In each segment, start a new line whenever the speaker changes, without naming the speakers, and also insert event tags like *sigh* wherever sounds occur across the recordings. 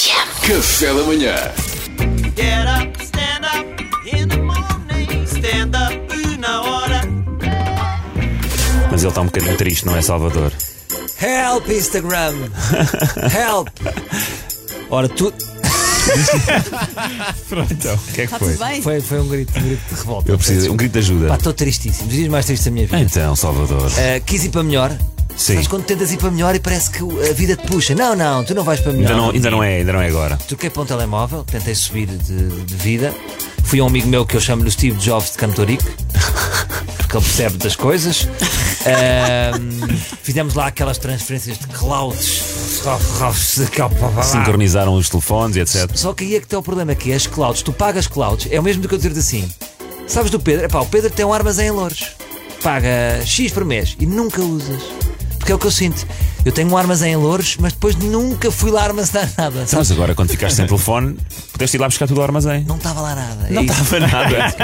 Café da manhã.
Get up, stand up in the morning. Stand up na hora.
Mas ele está um bocadinho triste, não é, Salvador?
Help Instagram!
*laughs*
Help! Ora, tu.
O que é que
Está Tá tudo
foi?
bem?
Foi, foi um grito, um grito de revolta.
Eu preciso um grito de
Pá,
ajuda.
estou tristíssimo. Os dias mais tristes da minha vida.
Então, Salvador.
Ah, quis ir para melhor.
Sim.
Mas quando tentas ir para melhor e parece que a vida te puxa. Não, não, tu não vais para melhor.
Ainda não, ainda não é, ainda não é agora.
Troquei para um telemóvel, tentei subir de, de vida. Fui a um amigo meu que eu chamo-lhe o Steve Jobs de Cantorique, porque ele percebe das coisas.
*laughs*
Ahm, fizemos lá aquelas transferências de clouds.
Sincronizaram os telefones e etc.
Só que aí é que tem o problema que é as clouds, tu pagas clouds, é o mesmo do que eu dizer assim. Sabes do Pedro? Epá, o Pedro tem um armazém em Louros. Paga X por mês e nunca usas. Porque é o que eu sinto. Eu tenho um armazém em Louros, mas depois nunca fui lá armazenar *laughs* nada. Sabes?
Mas agora, quando ficaste sem telefone, pudeste ir lá buscar tudo ao armazém.
Não estava lá nada.
Não tá-
E-
estava nada.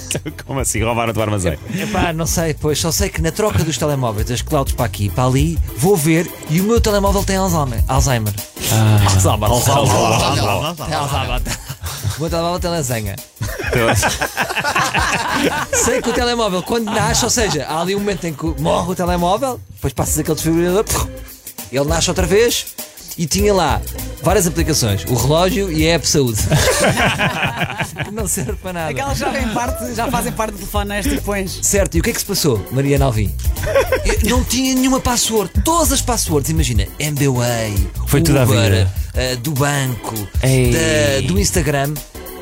*laughs* Então, Como assim? Roubaram-te o *laughs* armazém.
Epá, não sei, pois só sei que na troca dos telemóveis das clouds para aqui e para ali, vou ver e o meu telemóvel tem Alzheimer. Alzheimer. Alzheimer. Tem Alzheimer. O meu telemóvel tem lasanha.
Tipo,
Sei que o telemóvel, quando nasce, ou seja, há ali um momento em que morre o telemóvel, depois passas aquele desfibrilador, puf, ele nasce outra vez e tinha lá várias aplicações: o relógio e a app saúde. não serve para nada.
Aquelas já, vêm parte, já fazem parte do telefone, né, as que pões.
Certo, e o que é que se passou,
*laughs*
Maria Alvim? Eu não tinha nenhuma password. Todas as passwords, imagina, MBWay,
Foi
Uber,
tudo à vida.
ah, do banco,
Ei.
da- do Instagram,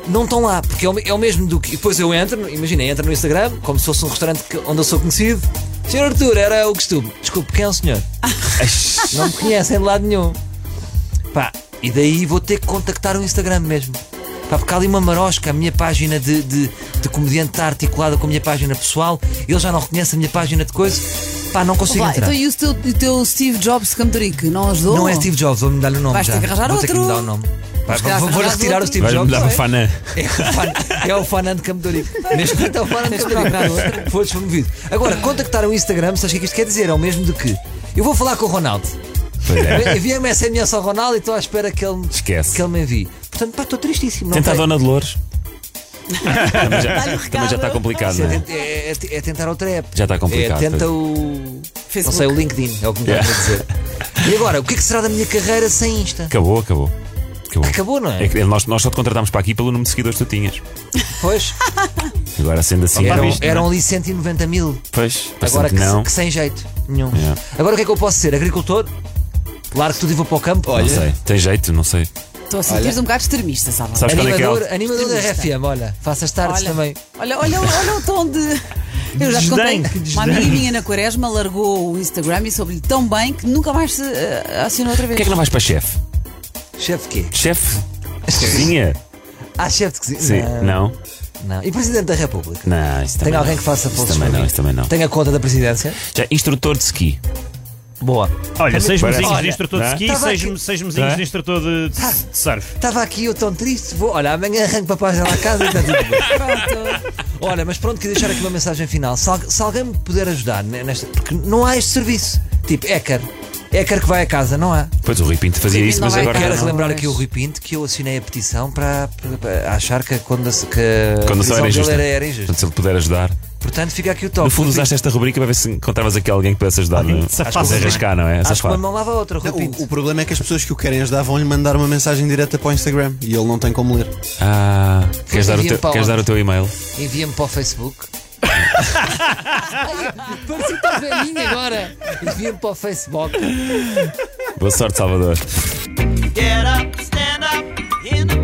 não estão lá, porque é o, me- é o mesmo do que. e Depois eu entro, imagina, entro no Instagram, como se fosse um restaurante que- onde eu sou conhecido. Senhor Arthur, era o costume. Desculpe, quem é o senhor? não me conhecem de lado nenhum. Pá, e daí vou ter que contactar o Instagram mesmo. Pá, porque há ali uma marosca, a minha página de, de, de comediante está articulada com a minha página pessoal, ele já não reconhece a minha página de coisa. Pá, não consigo
Vai,
entrar.
então e o teu, o teu Steve Jobs Cantorique? Não ajudou?
Não é Steve Jobs, vou-me dar-lhe o nome
Vais
já.
ter que arranjar
vou ter que
outro.
me dar o nome. Pá,
Vais ter que
vou- Vou
arranjar
retirar o
outro.
Steve
Vais-me
Jobs.
dar um fanã.
É o Fan- É o Fanando Camedorico. Neste momento é o Fanando
é
Camedorico. Foi despromovido. Agora, contactar o Instagram, sabes o que é que isto quer dizer? É o mesmo do que eu vou falar com o Ronaldo.
é.
Envia-me SMS ao Ronaldo e estou à espera que ele,
Esquece.
que ele me envie. Portanto, pá, estou tristíssimo. não
Tenta a
tenho-
Dona Dolores.
Dá-lhe o
também, já, também já está
recado.
complicado,
Isso
não
é,
é?
tent- é- é- é tentar outra app.
Já está complicado,
É, tenta
pois.
o. Não
Facebook.
sei, o LinkedIn, é o que me
Yeah.
estás a dizer. E agora, o que é que será da minha carreira sem Insta?
Acabou, acabou. Acabou.
Acabou, não é?
É que nós, nós só te contratámos para aqui pelo número de seguidores que tu tinhas. *laughs*
Pois.
Agora sendo assim,
Eram,
não.
eram ali 190 mil.
Pois, parece
Agora que,
que não.
que sem jeito nenhum.
Yeah.
Agora o que é que eu posso ser? Agricultor? Largo tudo e vou para o campo?
Não sei. Tem jeito, não sei.
Estou a sentir-te um bocado extremista, sabe?
Sabes quando é que é?
Animador,
alto?
animador da
Extremista.
RFM, olha, faça as tardes
Olha,
também.
olha, olha, olha o tom de. Eu já te
Desdém,
contei.
que desdém.
Uma amiga minha na Quaresma largou o Instagram e soube-lhe tão bem que nunca mais se eh, acionou outra vez.
Porquê é que não vais para chefe?
Chefe de quê? *laughs*
Chefe? Cozinha?
Ah, chefe de cozinha.
Sim. Não?
não. E Presidente da República?
Não, isso também
Tem
não.
alguém que faça
Isso
posts
também
para
não,
mim?
isso também não.
Tem a conta da Presidência?
Já, instrutor de ski.
Boa.
Olha, seis
Parece-
mesinhos de
Olha,
instrutor de
tá?
ski e
Tava
seis,
aqui-
seis mesinhos
Tá?
de instrutor de, de, de surf.
Estava aqui eu tão triste, vou. Olha, amanhã arranco para a página lá a casa e está tudo bem.
Pronto.
Olha, mas pronto, queria deixar aqui uma mensagem final. Se, al- se alguém me puder ajudar ne- nesta. Porque não há este serviço. Tipo, hacker. Hacker que vai a casa, não há.
Pois o Rui Pinto fazia
Rui
isso,
Pinto
mas
não vai
agora.
cá,
Quero
não.
relembrar aqui o Rui Pinto que eu assinei a petição para, para- para achar que a condenação, que a
Quando só
prisão
era
dele
injusta.
era, era injusta.
Portanto, se ele puder ajudar.
Portanto, fica aqui o top.
No fundo, usaste esta rubrica para ver se encontravas aqui alguém que pudesse ajudar.
Alguém
não é?
que se afaste,
Acho que
não é?
arriscar, não é?
Acho que uma
Safado.
mão lava a outra, Rui
Não,
Pinto.
o, o problema é que as pessoas que o querem ajudar vão-lhe mandar uma mensagem direta para o Instagram e ele não tem como ler.
Ah, queres dar o
Envia-me
teu-
para
queres
onde?
dar o teu e-mail?
Envia-me para o Facebook. Parece que está velhinho agora. Envia-me para o Facebook.
Boa sorte, Salvador.
Get up, stand up in the morning.